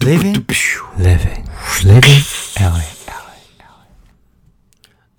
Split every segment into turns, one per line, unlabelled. Living, living, living LA。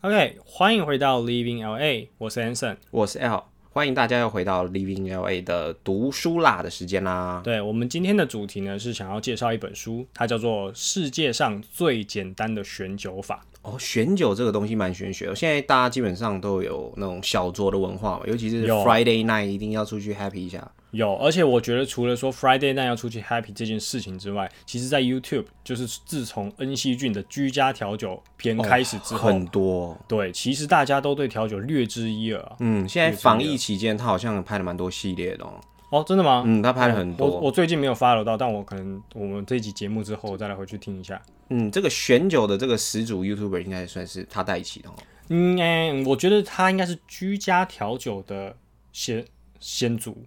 OK，欢迎回到 Living LA，我是 Anson。
我是 L，欢迎大家又回到 Living LA 的读书啦的时间啦。
对我们今天的主题呢是想要介绍一本书，它叫做《世界上最简单的选酒法》。
哦，选酒这个东西蛮玄学的，现在大家基本上都有那种小酌的文化嘛，尤其是
有
Friday night 一定要出去 happy 一下。
有，而且我觉得除了说 Friday night 要出去 happy 这件事情之外，其实在 YouTube 就是自从恩熙俊的居家调酒篇开始之后，
哦很多，
对，其实大家都对调酒略知一二啊、
嗯，现在防疫期间他好像拍了蛮多系列的、哦，
哦，真的吗？
嗯，他拍了很
我
多。
我最近没有 follow 到，但我可能我们这一集节目之后我再来回去听一下。
嗯，这个选酒的这个始祖 YouTuber 应该算是他带起的、哦。
嗯，欸我觉得他应该是居家调酒的先先祖，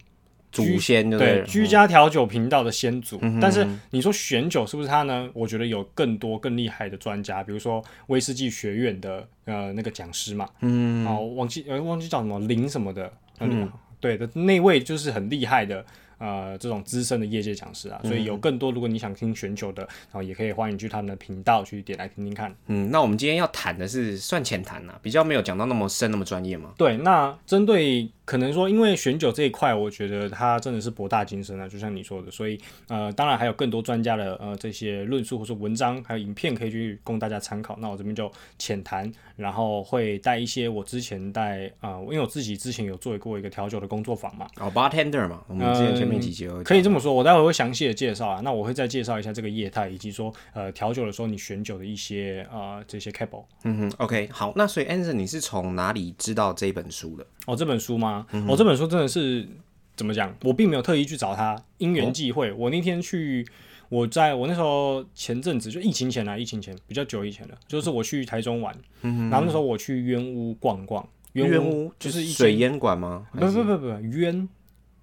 祖先就
对嗯
了，
居家调酒频道的先祖。但是你说选酒是不是他呢？我觉得有更多更厉害的专家，比如说威士忌学院的呃那个讲师嘛，嗯，哦，忘记呃忘记叫什么林什么的，嗯，对的那位就是很厉害的。呃，这种资深的业界讲师啊，所以有更多，如果你想听选酒的，然后也可以欢迎去他们的频道去点来听听看。
嗯，那我们今天要谈的是算浅谈啦、比较没有讲到那么深那么专业嘛。
对，那针对可能说，因为选酒这一块，我觉得它真的是博大精深啊，就像你说的，所以呃，当然还有更多专家的呃这些论述或是文章，还有影片可以去供大家参考。那我这边就浅谈，然后会带一些我之前带啊、呃因为我自己之前有做过一个调酒的工作坊嘛，呃
哦，bartender 嘛，我们之前前面几集有、
可以这么说，我待会会详细的介绍啊。那我会再介绍一下这个业态，以及说呃调酒的时候你选酒的一些啊、呃这些 c a b l e
嗯哼，OK，好，那所以 Anson，你是从哪里知道这本书的？
哦，这本书吗？
嗯
哦，这本书真的是怎么讲？我并没有特意去找他，因
哦
缘际会。我那天去，我在我那时候前阵子就疫情前啊，疫情前比较久以前了，就是我去台中玩，
嗯
然后那时候我去冤屋逛逛，屋
就
就是
是
一
水
间，
烟馆吗？
不不不不冤。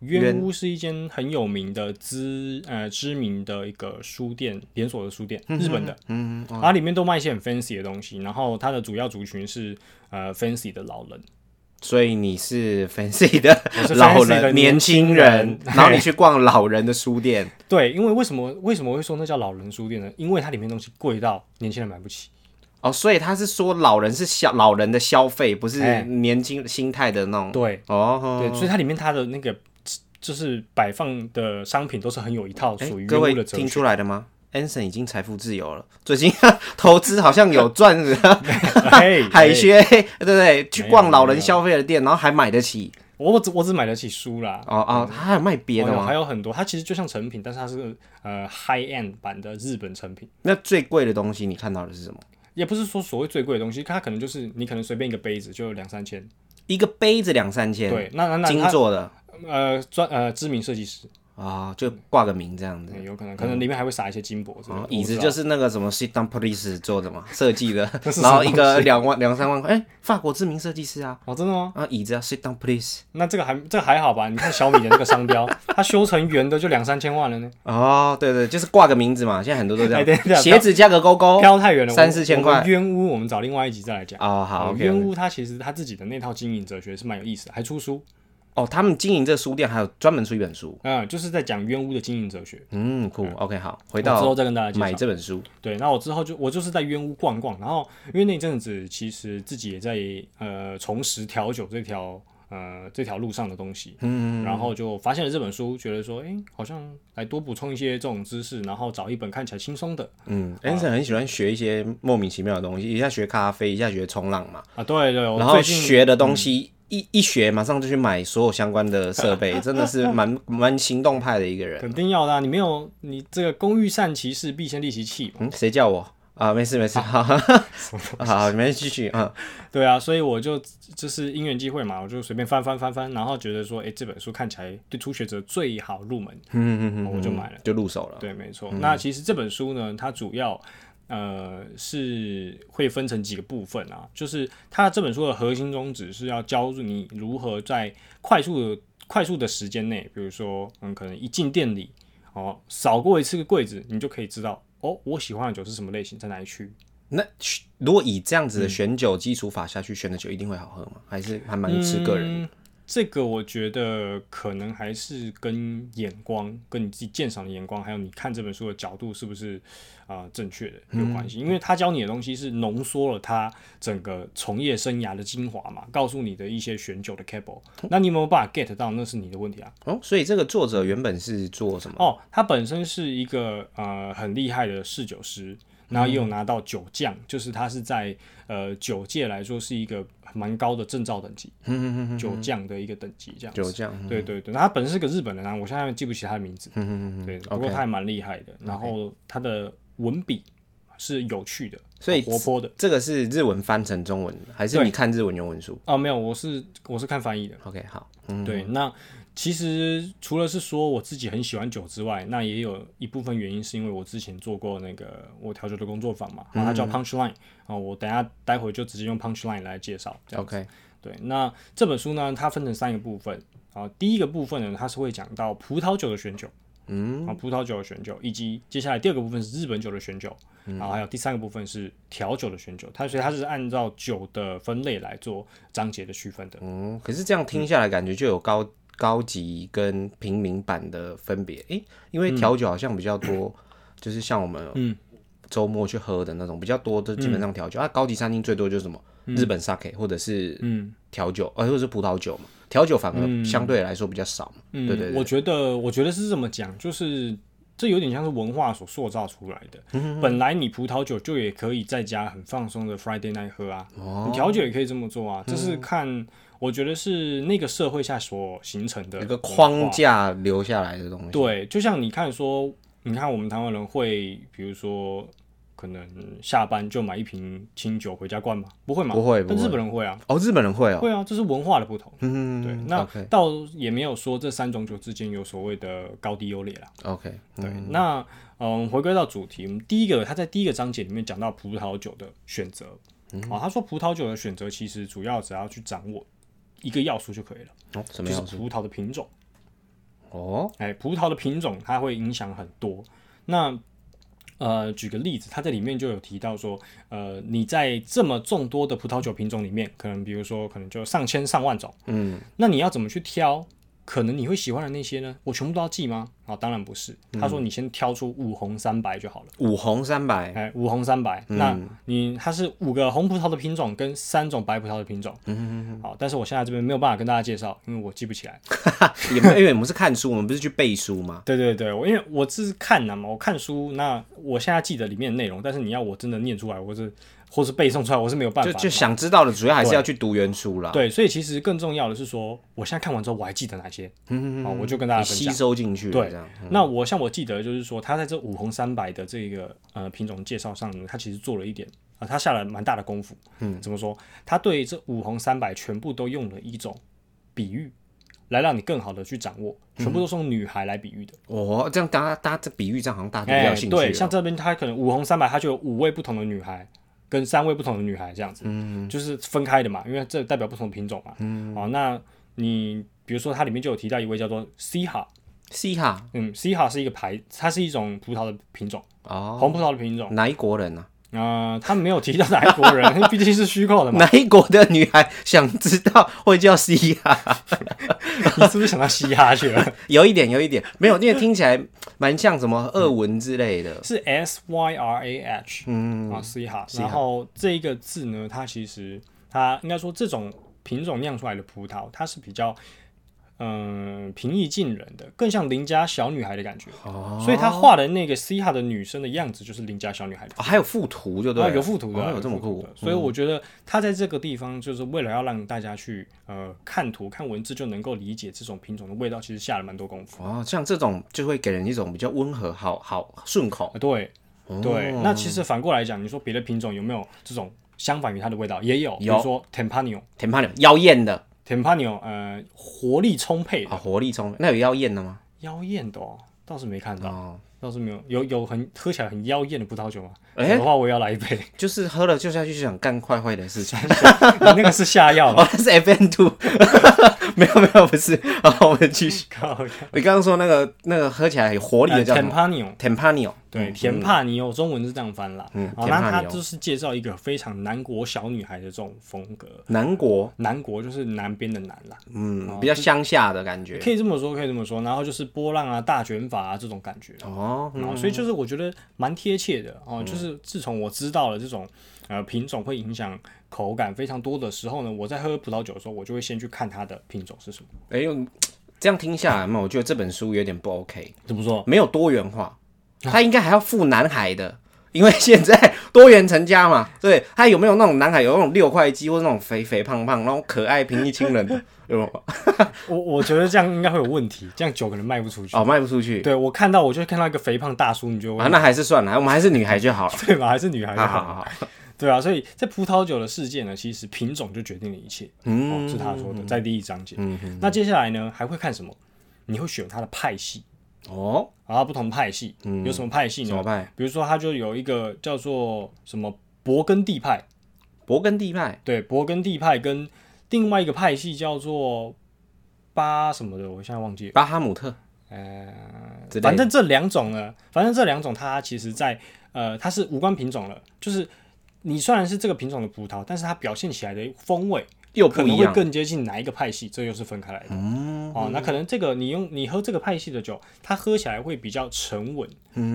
冤
冤
屋是一间很有名的知呃知名的一个书店连锁的书店，日本的，
嗯，
然后里面都卖一些很 fancy 的东西，然后它的主要族群是呃 fancy 的老人，
所以你是 fancy 的
是
老
fancy 的年
人、年
轻
轻
人
人，然后你去逛老人的书店，
对，因为为什么为什么会说那叫老人书店呢？因为它里面东西贵到年轻人买不起。
哦，所以他是说老人是消老人的消费，不
哎
是年轻心态的那种。
对
哦，
对，所以它里面它的那个就是摆放的商品都是很有一套
哎
属于
各
用
位
户的哲
听
学。
出来了吗？Anson 已经财富自由了，最近啊投资好像 有赚，
哎
海，靴， 对不对？去
没
逛
有
老
没
人
有
消费的店，然后还买得起。
哎我只我只买得起书啦。
哦哦，他还有卖别的
嗯哦还
吗？
有很多，它其实就像成品，但是它是呃 high end 版的日本成品，
那最贵的东西你看到的是什么？
也不是说所谓最贵的东西，它可能就是你可能随便一个杯子就有两三千。
一个杯子两三千，
对，，那那那
金
它
做的
呃专呃知名设计师、
啊、就挂个名这样子
嗯。有可能可能里面还会撒一些金箔之类的
哦
我，不
椅
知
子
道
就是那个什么 sit down police 做的嘛，设 计的
那是，
然后
什么
一个两万两三万块，哎、法国知名设计师啊，
哦，真的吗？
啊椅子啊 sit down police
那这个还这个还好吧？你看小米的那个商 标，它修成圆的就两三千万了呢，
哦，对对，就是挂个名字嘛，现在很多都这
哎等一下
样，鞋子加个勾勾，
飘太远了，我
哦三四千
我们
块，
冤屋我们找另外一集再来讲。
哦好
嗯
OK，
冤屋它其实它自己的那套经营哲学是蛮有意思的，还出书，
哦，他们经营这书店还有专门出一本书，
嗯，就是在讲冤屋的经营哲学。
嗯酷、o k 好，回
我之后
到
再跟大家介绍
买这本书，
对，那我之后就我就是在冤屋逛逛，然后因为那阵子其实自己也在呃重拾调酒这条呃这条路上的东西，嗯，然后就发现了这本书，觉得说，哎、好像来多补充一些这种知识，然后找一本看起来轻松的
嗯，Anson 很喜欢学一些莫名其妙的东西，一下学咖啡，一下学冲浪嘛，
啊，对对，我
然
最
后
近嗯
学的东西。一一学，马上就去买所有相关的设备，真的是蛮蛮行动派的一个人。
肯定要的、啊，你没有你这个工欲善其事，必先利其器嘛。
嗯，谁叫我啊？没事没事， 好，好，你们继续啊。
对啊，所以我就就是因缘际会嘛，我就随便翻翻翻翻，然后觉得说，哎，这本书看起来对初学者最好入门，嗯嗯嗯，我就买了。
就入手了。
对，没错。那其实这本书呢，它主要呃是会分成几个部分啊，就是它这本书的核心宗旨是要教你如何在快速的快速的时间内，比如说嗯，可能一进店里哦，扫过一次个柜子，你就可以知道哦，我喜欢的酒是什么类型，在哪一区。
那
嗯
如果以这样子的选酒基础法下去选的酒，一定会好喝吗？还是还蛮吃个人？
嗯这个我觉得可能还是跟眼光、跟你自己鉴赏的眼光，还有你看这本书的角度是不是啊、呃正确的有关系。因为他教你的东西是浓缩了他整个从业生涯的精华嘛，告诉你的一些选酒的 cable。那
嗯
你有没有办法 get 到？那是你的问题啊。
哦，所以这个作者原本是做什么？
哦，他本身是一个呃很厉害的侍酒师，然后也有拿到酒匠，就是他是在呃酒界来说是一个蛮高的证照等级，
嗯
酒匠的一个等级这样子。
酒匠。
对对对，那他本身是个日本人啊，我现在记不起他的名字。嗯嗯嗯。对，不过他还蛮厉害的，然后他的文笔是有趣的，
所以
活泼的。
这个是日文翻成中文，还是
对
你看日文原文书
哦，没有，我是我是看翻译的。
？OK，好，嗯，
对，那其实除了是说我自己很喜欢酒之外，那也有一部分原因是因为我之前做过那个我调酒的工作坊嘛，然后它
嗯
叫 Punchline，啊、我等一下待会就直接用 Punchline 来介绍。这样
，OK，
对，那这本书呢，它分成三个部分啊，第一个部分呢，它是会讲到葡萄酒的选酒。嗯，啊，葡萄酒的选酒，以及接下来第二个部分是日本酒的选酒，然后还有第三个部分是调酒的选酒，它所以它是按照酒的分类来做章节的区分的。
嗯，可是这样听下来，感觉就有高、高级跟平民版的分别。诶、因为调酒好像比较多，就是像我们
嗯
周末去喝的那种比较多，都基本上调酒。啊，高级餐厅最多就是什么、日本 sake 或者是
嗯
调酒，呃，或者是葡萄酒嘛。调酒反而相对来说比较少嘛。
嗯，
对对对
我觉得，我觉得是这么讲，就是这有点像是文化所塑造出来的。
嗯
本来你葡萄酒就也可以在家很放松的 Friday night 喝啊，
哦
你调酒也可以这么做
嗯
啊，这是看。我觉得是那个社会下所形成的
有一个
文化
框架留下来的东西。
对，就像你看说，你看我们台湾人会，比如说，可能下班就买一瓶清酒回家灌嘛，不会嘛？
不会不
但日
会
本人会啊，
哦，日本人会哦，
会啊，这是文化的不同。
嗯，
对，那
OK
倒也没有说这三种酒之间有所谓的高低优劣啦。
OK，
对，那嗯，回归到主题，我们第一个他在第一个章节里面讲到葡萄酒的选择，
嗯
哦，他说葡萄酒的选择其实主要只要去掌握一个要素就可以了，
哦，什么
就是
样子？
葡萄的品种。
哦，
哎，葡萄的品种它会影响很多。那呃，举个例子，它在里面就有提到说，呃，你在这么众多的葡萄酒品种里面，可能比如说可能就上千上万种，嗯，那你要怎么去挑？可能你会喜欢的那些呢？我全部都要记吗？啊、当然不是。他说你先挑出五红三白就好了。
五红三白，
哎，五红三白，那你它是五个红葡萄的品种跟三种白葡萄的品种。嗯好，但是我现在这边没有办法跟大家介绍，因为我记不起来。
也没有，因为我们是看书，我们不是去背书 吗？
对对对，我因为我只是看了嘛，我看书，那我现在记得里面的内容，但是你要我真的念出来，我是或是背诵出来，我是没有办法
就
的嘛。
就想知道的，主要还是要去读原书啦，
对，所以其实更重要的是说，我现在看完之后我还记得哪些，嗯嗯我就跟大家
你
分
吸
享。
收进去，
对
这样。
那我像我记得就是说，他在这五红三白的这个呃品种介绍上呢，他其实做了一点啊、他下了蛮大的功夫。嗯，怎么说？他对这五红三白全部都用了一种比喻，来让你更好的去掌握，全部
嗯
都是用女孩来比喻的。
哦，这样大家大家这比喻，这样好像大家都比较
哎，
有兴趣了。
对，像这边他可能五红三白，他就有五位不同的女孩。跟三位不同的女孩这样子，嗯，就是分开的嘛，因为这代表不同的品种嘛，嗯，哦，那你比如说它里面就有提到一位叫做 C 哈，
西哈
嗯，C 哈是一个牌，它是一种葡萄的品种，
哦，
红葡萄的品种，
哪一国人啊？
啊，他没有提到哪一国人， 因为毕竟是虚 构的嘛，
哪一国的女孩想知道会叫西哈？
你是不是想到嘻哈去了？
有一点，有一点，没有，因为听起来蛮像什么俄文之类的。
是 S Y R A H，嗯啊 C 哈，然后这一个字呢，它其实它应该说这种品种酿出来的葡萄，它是比较嗯、平易近人的，更像邻家小女孩的感觉。
哦
所以他画的那个 C 哈的女生的样子，就是邻家小女孩的。
哦还有附图，就对
啊，
了，
有附图的，
哦有这么
附图
酷
的。所以我觉得他在这个地方，就是为了要让大家去呃看图、看文字就能够理解这种品种的味道，其实下了蛮多功夫。
哦，像这种就会给人一种比较温和、好好顺口
啊，对，对。
哦
那其实反过来讲，你说别的品种有没有这种相反于它的味道？也有，比如
有
说 Tempranillo，Tempranillo，
甜怕的、妖艳的
呃，活力充沛
啊，
的、
活力充沛。那有妖艳的吗？
妖艳的哦，倒是没看到，
哦，
倒是没有。有有很喝起来很妖艳的葡萄酒吗？
哎
有的话我也要来一杯。
就是喝了就下去就想干坏坏的事情。
你那个是下药吗？
哦，那是 FN two，没有没有不是。好，我们继续。
靠
哦你刚刚说那个那个喝起来有活力
呃
的叫什么
，Tempranillo，
？Tempranillo
呃对，甜帕尼欧中文是这样翻啦。
嗯
好，
甜
那
帕
它
尼欧
就是介绍一个非常南国小女孩的这种风格。
南国，
南国就是南边的南啦，
嗯，比较乡下的感觉
哦可。以这么说，可以这么说。然后就是波浪啊、大卷发啊这种感觉。
哦，
然后啊所以就是我觉得蛮贴切的
嗯
哦、就是自从我知道了这种呃品种会影响口感非常多的时候呢，我在喝葡萄酒的时候，我就会先去看它的品种是什么。
哎呦，这样听下来嘛，我觉得这本书有点不 OK，
怎么说？
没有多元化，
啊
它应该还要附南海的。因为现在多元成家嘛，对，它有没有那种南海有那种六块肌或者那种肥肥胖胖、然后可爱平易近人的，有没有？
我我觉得这样应该会有问题， 这样酒可能卖不出去。
哦，卖不出去，
对我看到我就看到一个肥胖大叔，你就
啊，
会
那还是算了，我们还是女孩就好了。
对吧？ 还是女孩子啊
好好好，
对啊，所以在葡萄酒的世界呢，其实品种就决定了一切。
嗯
哦，是他说的，嗯在第一章节。那接下来呢，还会看什么？你会选它的派系
哦，
啊，不同派系、有什么派系
怎嗯么
呢？
办？
比如说，它就有一个叫做什么勃艮第派，
勃艮第派，
对，勃艮第派跟另外一个派系叫做巴什么的，我现在忘记了。
巴哈姆特
呃，
之类的，
反正这两种呢，反正这两种它其实在呃，它是无关品种了，就是你虽然是这个品种的葡萄，但是它表现起来的风味
又
可
不
能
一
会
样。
更接近哪一个派系，这又是分开来的。哦，那可能这个你用你喝这个派系的酒，它喝起来会比较沉稳，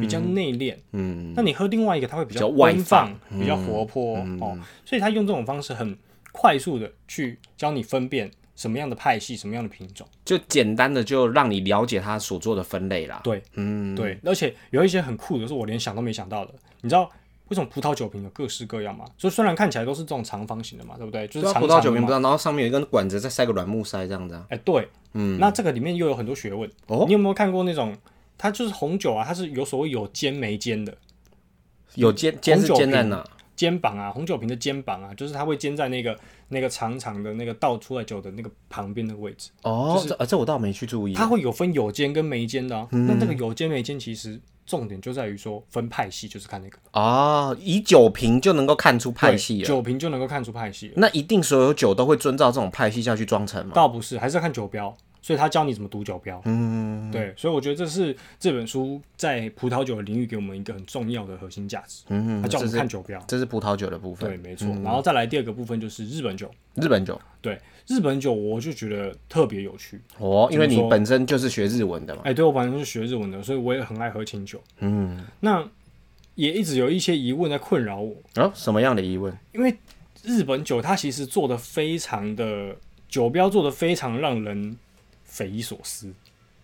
比较内敛。
嗯，
那你喝另外一个，它会比较
比较外嗯
奔放，比较活泼、哦。所以他用这种方式很快速的去教你分辨什么样的派系，什么样的品种。
就简单的就让你了解他所做的分类啦。
对，
嗯，
对，而且有一些很酷的是我连想都没想到的，你知道。为什么葡萄酒瓶有各式各样嘛？就虽然看起来都是这种长方形的嘛，对不对？就是
对啊，
长
葡
长
萄
的
酒瓶
嘛
不知道，然后上面有一根管子，再塞个软木塞这样子啊。
哎、对，嗯，那这个里面又有很多学问。
哦
你有没有看过那种？它就是红酒啊，它是有所谓有尖没尖的，
有尖尖是
酒
尖在
瓶
哪？
肩膀啊，红酒瓶的肩膀啊，就是它会尖在那个那个长长的那个倒出来酒的那个旁边的位置，
哦，这呃这我倒没去注意。
它会有分有尖跟没尖的、啊。
嗯
那那个有尖没尖，其实重点就在于说分派系，就是看那个
哦，以酒瓶就能够看出派系
对
啊了。
酒瓶就能够看出派系了。
那一定所有酒都会遵照这种派系下去装成吗？
倒不是，还是要看酒标，所以他教你怎么读酒标。嗯，对，所以我觉得这是这本书在葡萄酒的领域给我们一个很重要的核心价值。嗯，他教我们看酒标。
这是嗯葡萄酒的部
对，
分，
没错。然后再来第二个部分就是日本酒，
日本酒
对日本酒我就觉得特别有趣。
哦，因为
怎
你
么说
本身就是学日文的嘛。
哎，对我本来就是学日文的，所以我也很爱喝清酒。嗯，那也一直有一些疑问在困扰我，
哦，什么样的疑问？
因为日本酒它其实做的非常的酒标做的非常让人匪夷所思，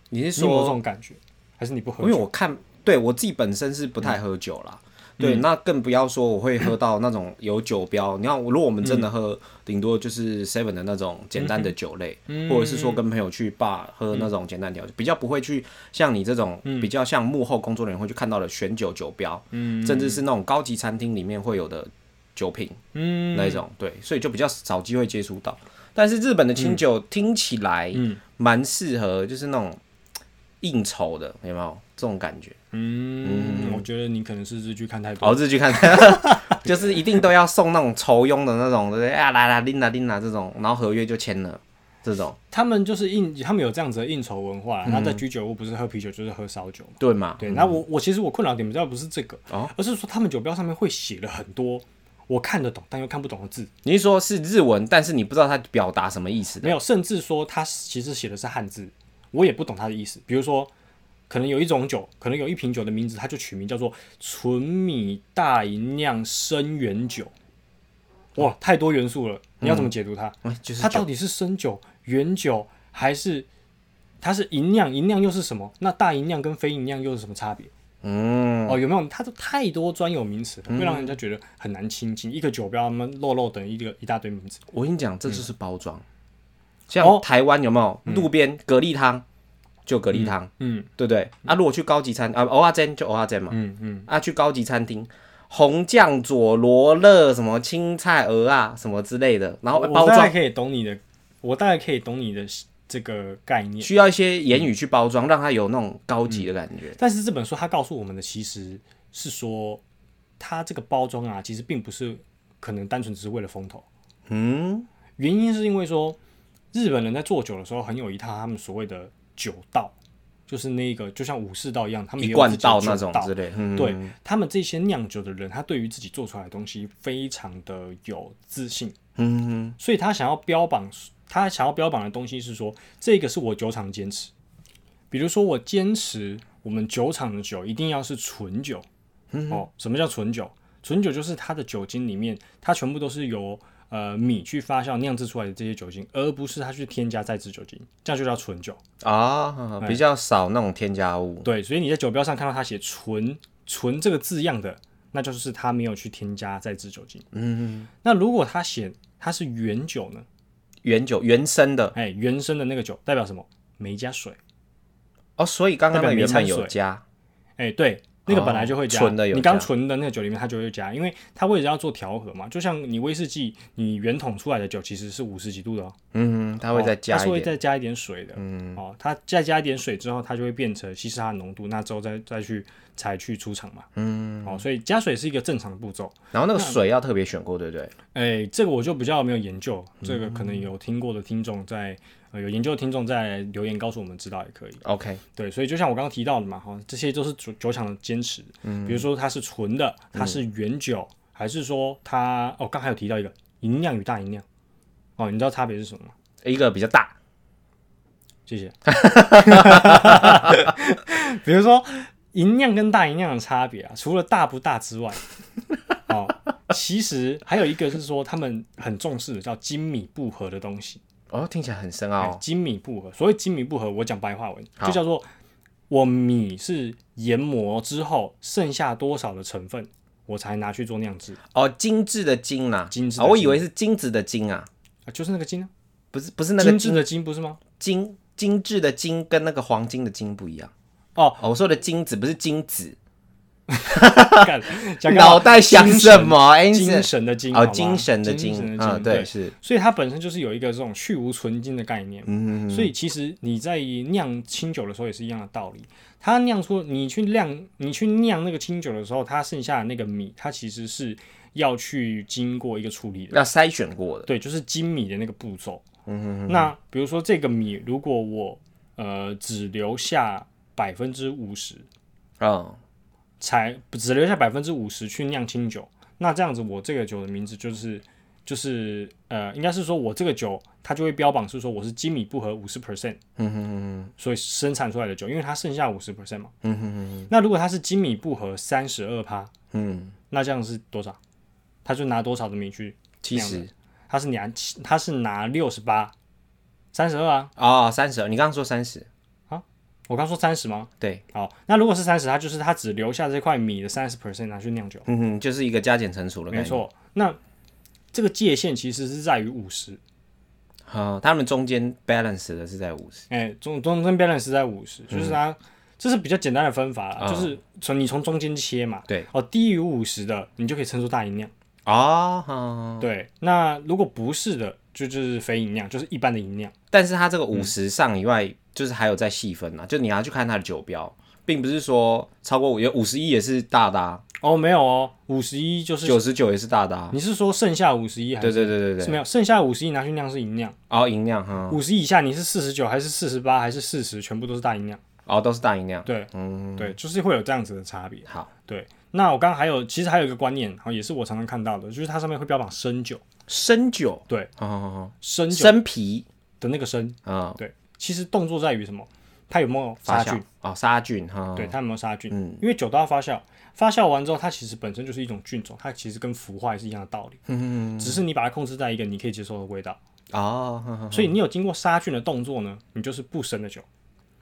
你是
你有没有这
说
种感觉？还是你不喝
因为
酒？
我看对我自己本身是不太喝酒啦，对，那更不要说我会喝到那种有酒标。你看，如果我们真的喝，顶多就是 seven 的那种简单的酒类，或者是说跟朋友去 bar 喝那种简单调酒，比较不会去像你这种比较像幕后工作人员会去看到的选酒酒标，甚至是那种高级餐厅里面会有的酒品，
嗯，
那一种，对，所以就比较少机会接触到。但是日本的清酒听起来
嗯
蛮适合，就是那种应酬的，有没有这种感觉？哦
嗯，我觉得你可能是日剧看太多
熬。日剧看， 就是一定都要送那种酬庸的那种，对不对？啊，来来，拎啦拎啦这种，然后合约就签了，这种
他们就是应，他们有这样子的应酬文化啦。那
嗯
在居酒屋不是喝啤酒就是喝烧酒嘛？
对嘛？
对，那我我其实我困扰点比较不是这个，
嗯哦
而是说他们酒标上面会写了很多我看得懂但又看不懂的字，
你是说是日文，但是你不知道它表达什么意思的
没有，甚至说他其实写的是汉字，我也不懂他的意思。比如说，可能有一种酒，可能有一瓶酒的名字，它就取名叫做纯米大吟酿生原酒。哇，太多元素了，你要怎么解读它？
哎就是
它
酒
到底是生酒、原酒还是它是吟酿？吟酿又是什么？那大吟酿跟非吟酿又是什么差别？
嗯，
哦，有没有？它都太多专有名词了，会让人家觉得很难亲近。一个酒标，他们漏漏等一个一大堆名字。
我跟你讲，这就是包装。像
嗯哦
台湾有没有路边蛤蜊汤就蛤蜊汤，
嗯
对不对？啊，如果去高级餐啊，蚵仔煎就蚵仔煎嘛，
嗯嗯，
啊，去高级餐厅，红酱佐罗勒什么青菜鹅啊什么之类的，然后
我
包
大概
装
哦可以懂你的，我大概可以懂你的这个概念。
需要一些言语去包装，让它有那种高级的感觉。
但是这本书它告诉我们的其实是说，它这个包装啊，其实并不是可能单纯只是为了风头，
嗯，
原因是因为说日本人在做酒的时候很有一套他们所谓的酒道，就是那个就像武士道一样，他们也
一
有
贯
自己的
道
酒
那种之类，嗯，
对他们这些酿酒的人，他对于自己做出来的东西非常的有自信，
嗯，嗯，
所以他想要标榜，他想要标榜的东西是说，这个是我酒厂坚持。比如说，我坚持我们酒厂的酒一定要是纯酒。
嗯
哦，什么叫纯酒？纯酒就是它的酒精里面，它全部都是由呃米去发酵酿制出来的这些酒精，而不是它去添加再制酒精，这样就叫纯酒。
啊，
哎
比较少那种添加物，
对，所以你在酒标上看到它写“纯”“纯”这个字样的，那就是它没有去添加再制酒精。
嗯，
那如果它写它是原酒呢？
原酒原生的
哎，原生的那个酒代表什么？没加水。
哦，所以刚刚
代
的
表没
原本
掺
有
水
加，
哎，对，那个本来就会加，
哦纯的有
你刚
加
纯的那个酒里面它就会加，因为它为了要做调和嘛。就像你威士忌，你原桶出来的酒其实是五十几度的哦，
嗯，它
它
会再加
它
一
是会
点，
再加一点水的。嗯，哦，它再加一点水之后，它就会变成稀释它的浓度，那之后再再去才去出厂嘛。嗯，哦，所以加水是一个正常的步骤。
然后那个水要特别选过，对不对？
哎，这个我就比较没有研究，这个可能有听过的听众在，呃，有研究的听众在留言告诉我们知道也可以。
OK，
对，所以就像我刚刚提到的嘛，哈，这些都是酒酒厂的坚持。嗯，比如说它是纯的，它是原酒，还是说它哦，刚才有提到一个银酿与大银酿，哦，你知道差别是什么吗？
一个比较大，
谢谢。 比如说银酿跟大银酿的差别啊，除了大不大之外， 哦，其实还有一个是说他们很重视的叫精米不合的东西。
哦，听起来很深
哎
奥，
精米不合，所谓精米不合，我讲白话文，
好
就叫做我米是研磨之后剩下多少的成分，我才拿去做酿制，
哦，精致的精啊，
精致的
哦，我以
精
为是精子的精啊，
啊，就是那个精啊，
不是不是那个
精致
精
的精不是 吗？
精精致的精跟那个黄金的金不一样
哦，
我说的精子不是精子，
干讲干嘛
脑袋想
精
什
神
么？哎，你
精
是
神的精，好
哦，
吧
精神的
精
精
神，的
嗯，
精，
对，。是，
所以它本身就是有一个这种去无存精的概念，
嗯，
所以其实你在酿清酒的时候也是一样的道理。它酿出你去酿你去酿那个清酒的时候，它剩下的那个米，它其实是要去经过一个处理的，
要筛选过的，
对，就是精米的那个步骤。嗯那比如说这个米，如果我呃只留下百分之五十，
嗯，
才只留下百分之五十去酿清酒，那这样子我这个酒的名字就是就是呃，应该是说我这个酒它就会标榜是说我是精米不合五十 percent，
嗯哼哼
所以生产出来的酒，因为它剩下五十 percent 嘛。
哼，嗯哼哼哼，
那如果它是精米不合三十二趴，
嗯，
那这样是多少？他就拿多少的米去？
七
那样
十
他是拿他是拿六十八，三十二啊？
哦，三十，你刚刚说三十，
我刚说三十吗？
对，
好，那如果是三十，它就是它只留下这块米的三十 percent 拿去酿酒。
嗯哼，就是一个加减乘除的
没
概念，
错，那这个界限其实是在于五十，
啊，他们中间 balance 的是在五十，
哎，中中间 balance 在五十，就是它、这是比较简单的分法啦，
嗯啊
就是从你从中间切嘛，
对，
哦，低于五十的你就可以称作大银酿，
哦，嗯
对，那如果不是的，就就是非银酿，就是一般的银酿，
但是它这个五十上以外，就是还有在细分啊，就你要去看它的酒标，并不是说超过五，有五十一也是大的、啊，
哦，没有哦，五十一就是
九十九也是大的、啊，
你是说剩下五十一还
对
是？
对对对
是
对，
没有，剩下五十一拿去酿是银酿，
哦，银量哈，
五十以下你是四十九还是四十八还是四十，全部都是大银酿。
哦，都是大银量，
对
嗯，
对，就是会有这样子的差别。
好，
对，那我刚刚还有，其实还有一个观念，然后也是我常常看到的，就是它上面会标榜生酒，
生酒，
对，
哦哦
生
哦，
酒
生啤，
的那个生，
啊、
对，其实动作在于什么？它有没有
发
杀
酵
菌？，
哦，杀菌哈，
对，，它有没有杀菌？
嗯
因为酒都要发酵，发酵完之后，它其实本身就是一种菌种，它其实跟腐坏是一样的道理，
嗯，
只是你把它控制在一个你可以接受的味道。
哦，哼哼
所以你有经过杀菌的动作呢，你就是不生的酒。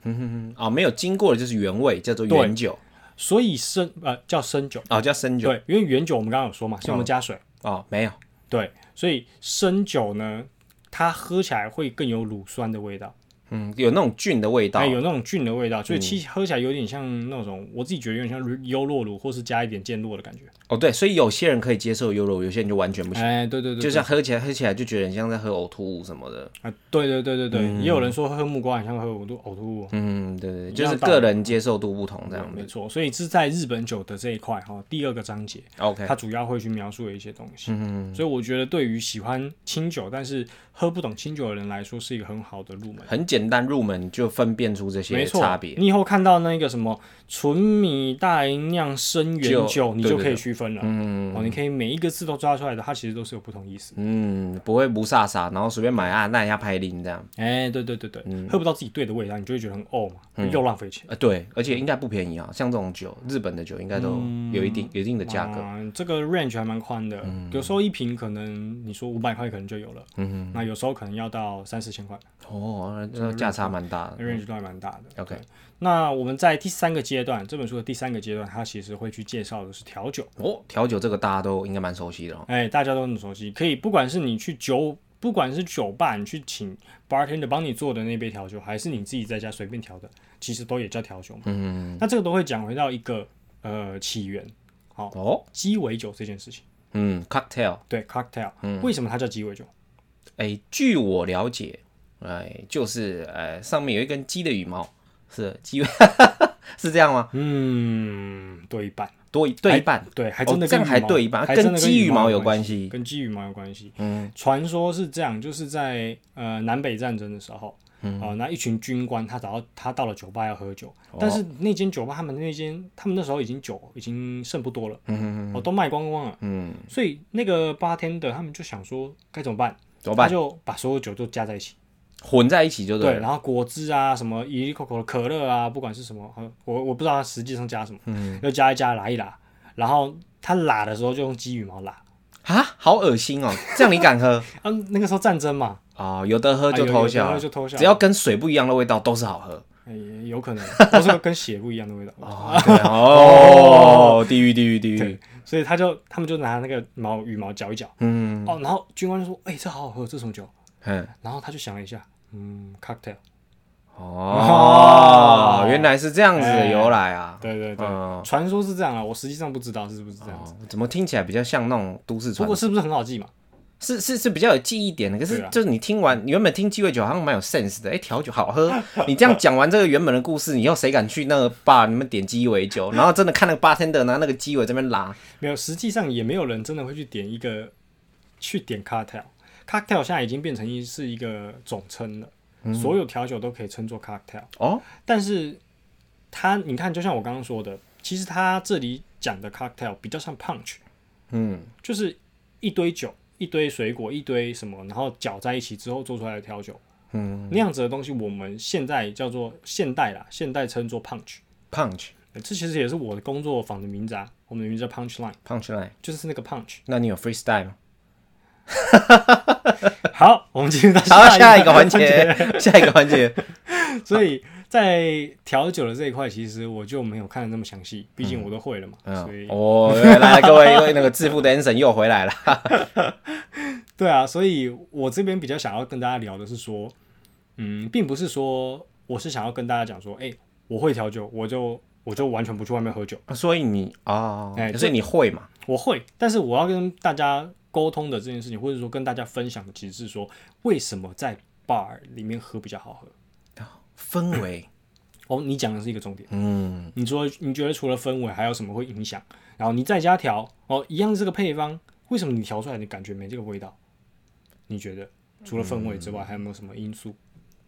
嗯哦，没有经过的就是原味，叫做原酒，
所以生呃叫生酒，
哦，叫生酒，
对，因为原酒我们刚刚有说嘛，是我们加水，
哦，没有，
对，所以生酒呢，它喝起来会更有乳酸的味道，
嗯，有那种菌的味道，
还有那种菌的味
嗯
道，所以其实喝起来有点像那种，我自己觉得有点像优酪乳，或是加一点健酪的感觉。
哦，对，所以有些人可以接受优柔，有些人就完全不行，
哎，对对对，
就像喝起来喝起来就觉得很像在喝呕吐物什么的，
啊，对对对对对，也有人说喝木瓜很像喝呕吐呕吐物，
嗯，对对，对
一
就
样
是
道
个
理
人接受度不同这样
没
子。
错，所以是在日本酒的这一块哈、第二个章节，
OK，
它主要会去描述的一些东西。
嗯，
所以我觉得对于喜欢清酒但是喝不懂清酒的人来说，是一个很好的入门。
很简简单入门就分辨出这些
没错
差别。
你以后看到那个什么纯米大吟酿生
就
原酒，你
对
就
对
可以
对
区分了。
嗯
哦，你可以每一个字都抓出来的，它其实都是有不同意思。
嗯，不会不飒飒，然后随便买啊，那一下拍零这样。
哎、对对对对，
嗯
喝不到自己对的味道，你就会觉得很哦呕嘛，又浪费钱。
呃，对，而且应该不便宜啊，像这种酒，日本的酒应该都
嗯
有一定、有一定的价格。嗯
啊，这个 range 还蛮宽的，有时候一瓶可能你说五百块可能就有了，嗯，那有时候可能要到三四千块
哦，那那价差蛮大的。
，range 都还蛮大的。
OK
对那我们在第三个阶段，这本书的第三个阶段，它其实会去介绍的是调酒，
哦，调酒这个大家都应该蛮熟悉的哦。
哎，大家都很熟悉，可以不管是你去酒。不管是酒吧，你去请 bartender 帮你做的那杯调酒，还是你自己在家随便调的，其实都也叫调酒嘛。
嗯，
那这个都会讲回到一个呃起源，
哦，
鸡尾酒这件事情。
嗯，cocktail，
对 cocktail，、为
嗯
什么它叫鸡尾酒？
哎，据我了解，哎，就是呃，上面有一根鸡的羽毛，是鸡， 是这样吗？
嗯，对一半，
多一对一半，
对，还真的
哦这
跟羽毛、
样还对一半，
还真的跟
跟鸡羽毛有
关
关系。
跟鸡羽毛有关系。
嗯，
传说是这样，就是在呃南北战争的时候，
嗯
啊、那一群军官他找到他到了酒吧要喝酒，
哦
但是那间酒吧他们那间他们那时候已经酒已经剩不多了，
嗯
哦都卖光光了，
嗯，
所以那个 bartender 他们就想说该怎么办，
怎么
他
办？
就把所有酒都加在一起。
混在一起就
对，
了。
然后果汁啊，什么一 Coco 的可乐啊，不管是什么，呃我我不知道它实际上加什么，
嗯
又加一加拉一拉，然后它拉的时候就用鸡羽毛拉，
啊，好恶心哦！这样你敢 喝？
啊，那个时候战争嘛，
哦，有的喝
啊
就
有有
偷
的
笑
喝
了，
就偷笑
只要跟水不一样的味道都是好喝。
哎有可能都是跟血不一样的味道，
哦，对哦，地狱地狱地狱
对，所以他就他们就拿那个毛羽毛搅一搅，
嗯
哦，然后军官就说，哎，这好好喝，这什么酒？
嗯，
然后他就想了一下，嗯，cocktail，
哦
哦，
原来是这样子的
哎
由来啊。
对对对，
嗯，
传说是这样啊，我实际上不知道是不是这样子，
哦怎么听起来比较像那种都市
不
传
过？是不是很好记嘛？
是是是比较有记忆点的，可是
对啊
就是你听完，你原本听鸡尾酒好像蛮有 sense 的，哎、调酒 好喝。你这样讲完这个原本的故事，以后谁敢去那个 bar 你们点鸡尾 酒，然后真的看那个 bartender 拿那个鸡尾这边拉，
没有，实际上也没有人真的会去点一个去点 cocktail。cocktail 现在已经变成一是一个总称了，
嗯
所有调酒都可以称作 cocktail。
哦，
但是它，你看，就像我刚刚说的，其实它这里讲的 cocktail 比较像 punch，
嗯，
就是一堆酒、一堆水果、一堆什么，然后搅在一起之后做出来的调酒。
嗯，
那样子的东西，我们现在叫做现代啦，现代称作 punch。
punch
呃这其实也是我的工作坊的名字啊，我们的名字叫 punch line，
punch line。
就是那个 punch。
那你有 freestyle 吗？
好，我们进入到
好，下一
一
个环
环。
节，下一个环节。
所以在调酒的这一块，其实我就没有看的那么详细，毕竟我都会了嘛。所
嗯
以，
哦，来来，各位，各位那个致富的 Anson 又回来了。
对啊，所以我这边比较想要跟大家聊的是说，嗯，并不是说我是想要跟大家讲说，哎、我会调酒，我就我就完全不去外面喝酒。
啊所以你哦
哎，
所以你会嘛？
我会，但是我要跟大家沟通的这件事情，或者说跟大家分享的，其实是说为什么在 bar 里面喝比较好喝。
氛围，
哦，你讲的是一个重点。
嗯，
你说你觉得除了氛围还有什么会影响？然后你在家调哦，一样是这个配方，为什么你调出来你感觉没这个味道？你觉得除了氛围之外，还有没有什么因素？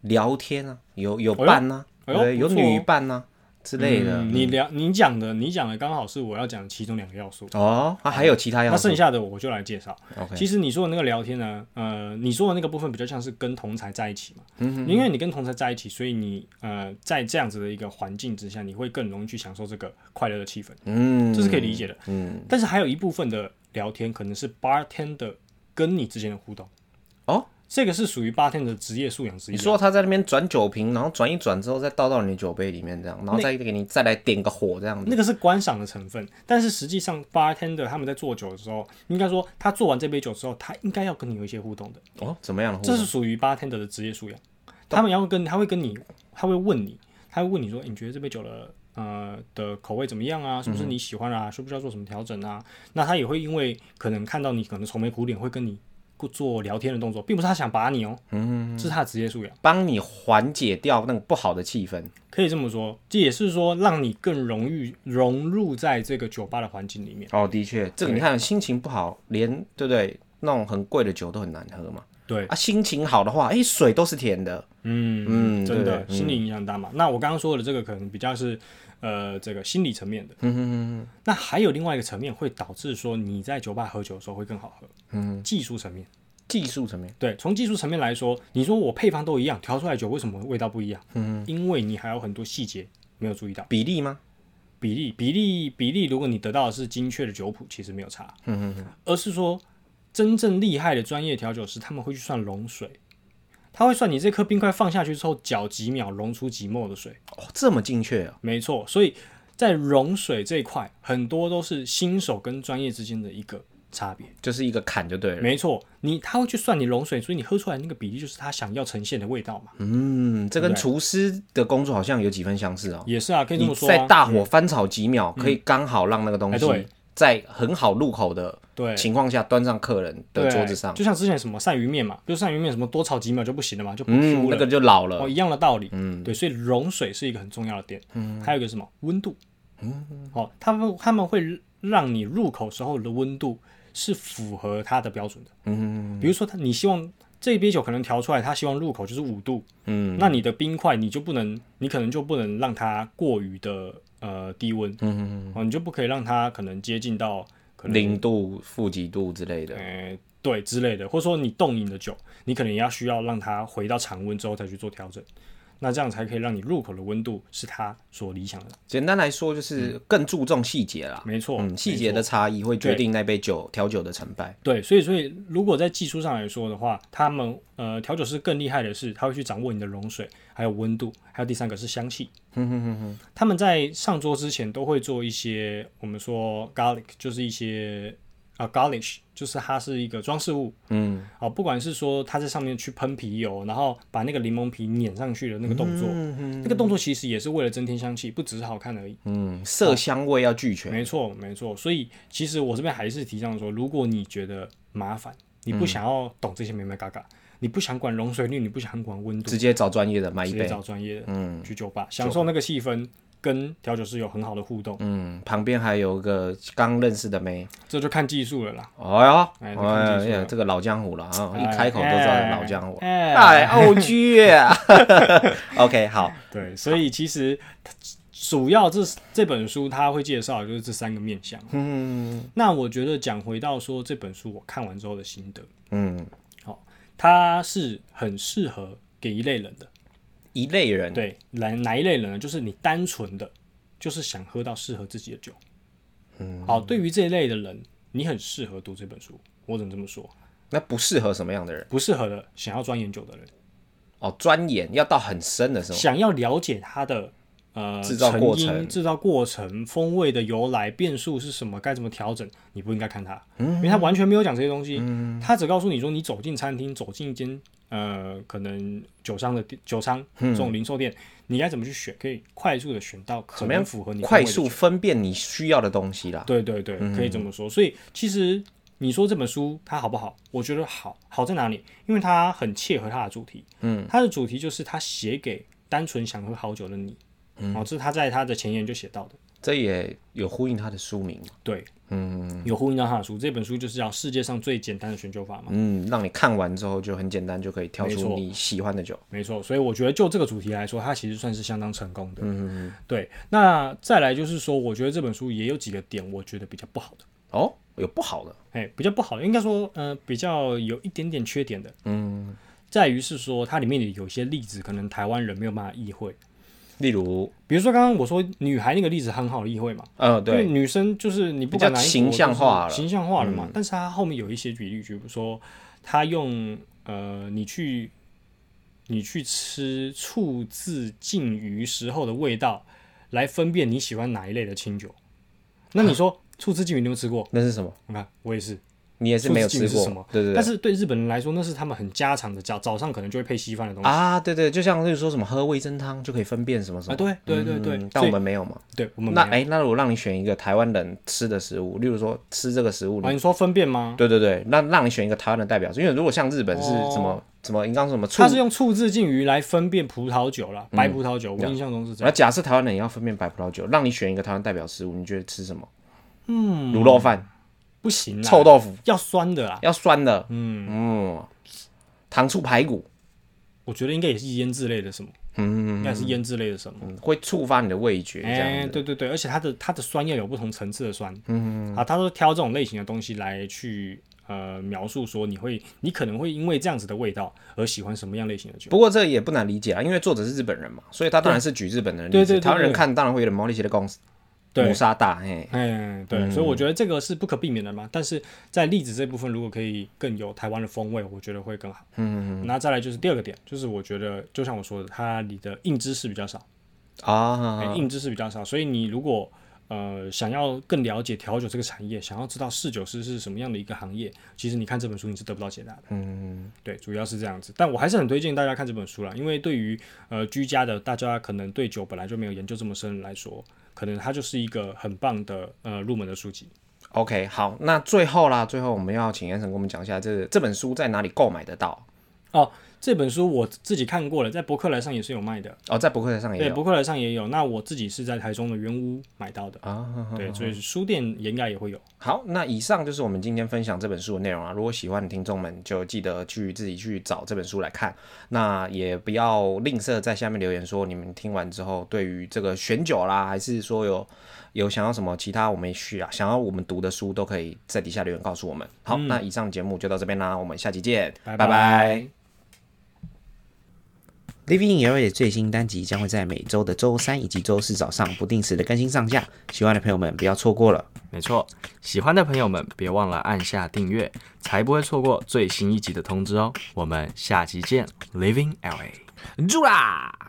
聊天啊，有有
哎呦
伴呐，
哎呦
对有
不错哦
女伴呐之类的。
嗯你聊你讲的，你讲的刚好是我要讲的其中两个要素。
哦，啊，还有其他要
那
素
剩下的我就来介绍。
？OK，
其实你说的那个聊天呢，呃，你说的那个部分比较像是跟同才在一起嘛，
嗯
因为你跟同才在一起，所以你呃在这样子的一个环境之下，你会更容易去享受这个快乐的气氛，
嗯，
这是可以理解的。
嗯，
但是还有一部分的聊天可能是 bartender 跟你之间的互动，
哦，
这个是属于 bartender 的职业素养之一
你
啊。
说他在那边转酒瓶，然后转一转之后再倒到你的酒杯里面，这样，然后再给你再来点个火，这样子。
那个是观赏的成分，但是实际上 bartender 他们在做酒的时候，应该说他做完这杯酒之后，他应该要跟你有一些互动的，
哦，怎么样的互
这
动？
是属于 bartender 的职业素养。他们要跟他会跟你，他会问你，他会问你说，诶你觉得这杯酒的呃的口味怎么样啊？是不是你喜欢啊？需不需要做什么调整啊？那他也会因为可能看到你可能愁眉苦脸，会跟你做聊天的动作，并不是他想把你哦，嗯，这是他的职业素养。
帮你缓解掉那个不好的气氛。
可以这么说，这也是说让你更容易融入在这个酒吧的环境里面。
哦，的确，这个你看，心情不好，连对不对？那种很贵的酒都很难喝嘛。
对，
啊，心情好的话，哎、水都是甜的。
嗯
嗯
真的
对
心理影响很大嘛。那我刚刚说的这个可能比较是呃这个心理层面的，
嗯哼
那还有另外一个层面会导致说你在酒吧喝酒的时候会更好喝，嗯，技术层面。
技术层面，
对，从技术层面来说，你说我配方都一样，调出来的酒为什么味道不一样？嗯，因为你还有很多细节没有注意到，
比例吗？
比例、比例、比例。如果你得到的是精确的酒谱，其实没有差，嗯嗯，而是说真正厉害的专业调酒师，他们会去算溶水，他会算你这颗冰块放下去之后，搅几秒溶出几沫的水。
哦，这么精确哦。
没错，所以在融水这一块，很多都是新手跟专业之间的一个差别。
就是一个坎就对了。
没错，你他会去算你融水，所以你喝出来那个比例就是他想要呈现的味道嘛。
嗯，这跟
对
厨师的工作好像有几分相似哦。
也是啊，可以这
你
么说、啊。嗯
在大火翻炒几秒，可以刚好让那个东
哎对
西在很好入口的
对
情况下端上客人的
对
桌子上。
就像之前什么鳝鱼面嘛，就鳝鱼面什么多炒几秒就不行了嘛，就不
嗯，
出了。
那个就老
哦，
了。
一样的道理。嗯，对，所以融水是一个很重要的点。嗯，还有一个什么温度。嗯，哦，他们他们会让你入口时候的温度是符合它的标准的。嗯，比如说他你希望。这一杯酒可能调出来，他希望入口就是五度，
嗯，
那你的冰块你就不能，你可能就不能让它过于的呃低温，嗯哦，你就不可以让它可能接近到可能
零度、负几度之类的，
呃，对之类的，或者说你冻饮的酒，你可能也要需要让它回到常温之后再去做调整，那这样才可以让你入口的温度是它所理想的。
简单来说就是更注重细节啦。
没错，
嗯，细节
没
的
错
差异会决
对
定那杯酒调酒的成败。
对，所以所以如果在技术上来说的话，他们呃调酒师更厉害的是，他会去掌握你的溶水，还有温度，还有第三个是香气。他们在上桌之前都会做一些我们说 garlic，就是一些啊 garnish，就是它是一个装饰物。
嗯，
啊，不管是说他在上面去喷皮油，然后把那个柠檬皮碾上去的那个动作，那个动作其实也是为了增添香气，不只是好看而已。
嗯，色香味要俱全。
没错，没错。所以其实我这边还是提倡说，如果你觉得麻烦，你
嗯
不想要懂这些美美嘎嘎，你不想管溶水率，你不想管温度，
直接找专业的买一
直接
杯，
找专业的，嗯，去酒吧享受那个气氛，跟调酒师有很好的互动，
嗯，旁边还有个刚认识的妹，
这就看技术了啦。
哎呀，
哎
哎
这看技术
呀
了，
这个老江湖了啊，
哎
一开口都知道是老江湖，
哎
哎，OG 啊 ，OK，好，
对，所以其实它主要这这本书它会介绍的就是这三个面向。
嗯
那我觉得讲回到说这本书我看完之后的心得，
嗯，
它是很适合给一类人的。
一类人，，
对，哪哪一类人呢？就是你单纯的就是想喝到适合自己的酒。嗯，好，对于这一类的人，你很适合读这本书。我只能这么说，
那不适合什么样的人？
不适合的想要钻研酒的人，
哦，钻研要到很深的时候，
想要了解它的呃
制造过
成因
程
制造过程、风味的由来、变数是什么、该怎么调整，你不应该看它，
嗯
因为它完全没有讲这些东西，它只告诉你说，你走进餐厅，走进一间呃可能酒商的店酒商
嗯
这种零售店，你该怎么去选，可以快速的选到可
怎么
能
样
符合你风味
快
的
速
酒，
分辨你需要的东西啦。
对对对，可以这么说。所以其实。你说这本书它好不好？我觉得好，好在哪里？因为它很切合它的主题。嗯，它的主题就是它写给单纯想喝好酒的你。嗯，哦，这是他在他的前言就写到的。
这也有呼应他的书名，
对，嗯，有呼应到他的书。这本书就是叫《世界上最简单的选酒法》嘛，
嗯，让你看完之后就很简单就可以挑
没错
出你喜欢的酒。
没错。所以我觉得就这个主题来说，它其实算是相当成功的。嗯对。那再来就是说，我觉得这本书也有几个点，我觉得比较不好的。
哦，有不好的，
哎，比较不好的，应该说，呃，比较有一点点缺点的，嗯，在于是说它里面有些例子，可能台湾人没有办法意会。
例如，
比如说刚刚我说女孩那个例子很好意会嘛，
呃，
因为
对，
女生就是你不
比较
管哪一国
形象
都是
化了嗯
形象化了嘛。但是她后面有一些举例，比如说她用呃，你去你去吃醋渍浸鱼时候的味道来分辨你喜欢哪一类的清酒。那你说、醋渍浸鱼你有没有吃过？
那是什么？
你看我也是，
你也是没有吃
醋是
过
什么，
对对对。
但是对日本人来说，那是他们很家常的早早上可能就会配稀饭的东西。
啊，对对，就像是说什么喝味噌汤就可以分辨什么什
啊，
么，
对对对对，
嗯
所
但我
以
们没有嘛。
对我们
那
没有
哎，那如果让你选一个台湾人吃的食物，例如说吃这个食物，
啊，
你
你说分辨吗？
哎对对对，那让你选一个台湾的代表作，因为如果像日本是
哦
什么什么，你刚刚说什么醋嗯
他，是用醋渍浸鱼来分辨葡萄酒啦，白葡萄酒，我印象中是这
然后
样。
假设台湾人也要分辨白葡萄酒，让你选一个台湾代表食物，你觉得吃什么？嗯，卤肉饭、
不行啦，
臭豆腐，哎
要酸的啦。
要酸的，嗯嗯，糖醋排骨，
我觉得应该也是腌制类的什么，
嗯，
应该是腌制类的什么。
嗯会触发你的味觉这
哎、
样子。
对对对，而且它的它的酸要有不同层次的酸，嗯啊，他都挑这种类型的东西来去呃描述说你会你可能会因为这样子的味道而喜欢什么样类型的酒。
不过这也不难理解啊，因为作者是日本人嘛，所以他当然是举日本人的例
对
子。
对对对
台湾人看当然会有点毛利奇的公司
对
谋杀大，嘿，
哎，对，所以我觉得这个是不可避免的嘛。但是在栗子这部分，如果可以更有台湾的风味，我觉得会更好。嗯嗯。那再来就是第二个点，就是我觉得就像我说的，它里的硬知识比较少，哎
啊，
硬知识比较少，所以你如果呃想要更了解调酒这个产业，想要知道侍酒师是什么样的一个行业，其实你看这本书你是得不到解答的。
嗯，
对，主要是这样子。但我还是很推荐大家看这本书啦，因为对于呃居家的大家可能对酒本来就没有研究这么深来说，可能它就是一个很棒的呃入门的书籍。
OK，好，那最后啦，最后我们要请严晨给我们讲一下这这本书在哪里购买得到
哦，这本书我自己看过了，在博客来上也是有卖的，
哦，在博客上也
对，
有
博客来上也有。那我自己是在台中的圆屋买到的，
啊。
对，所以书店也应该也会有。
好，那以上就是我们今天分享这本书的内容啊。如果喜欢的听众们，就记得去自己去找这本书来看。那也不要吝啬在下面留言说你们听完之后对于这个选酒啦，还是说有有想要什么其他我们需要想要我们读的书，都可以在底下留言告诉我们。好，那以上节目就到这边啦，我们下期见，
拜
拜
拜
拜 Living in LA 的最新单集将会在每周的周三以及周四早上不定时的更新上架，喜欢的朋友们不要错过了。
没错，喜欢的朋友们别忘了按下订阅，才不会错过最新一集的通知哦。我们下期见，Living LA，住啦！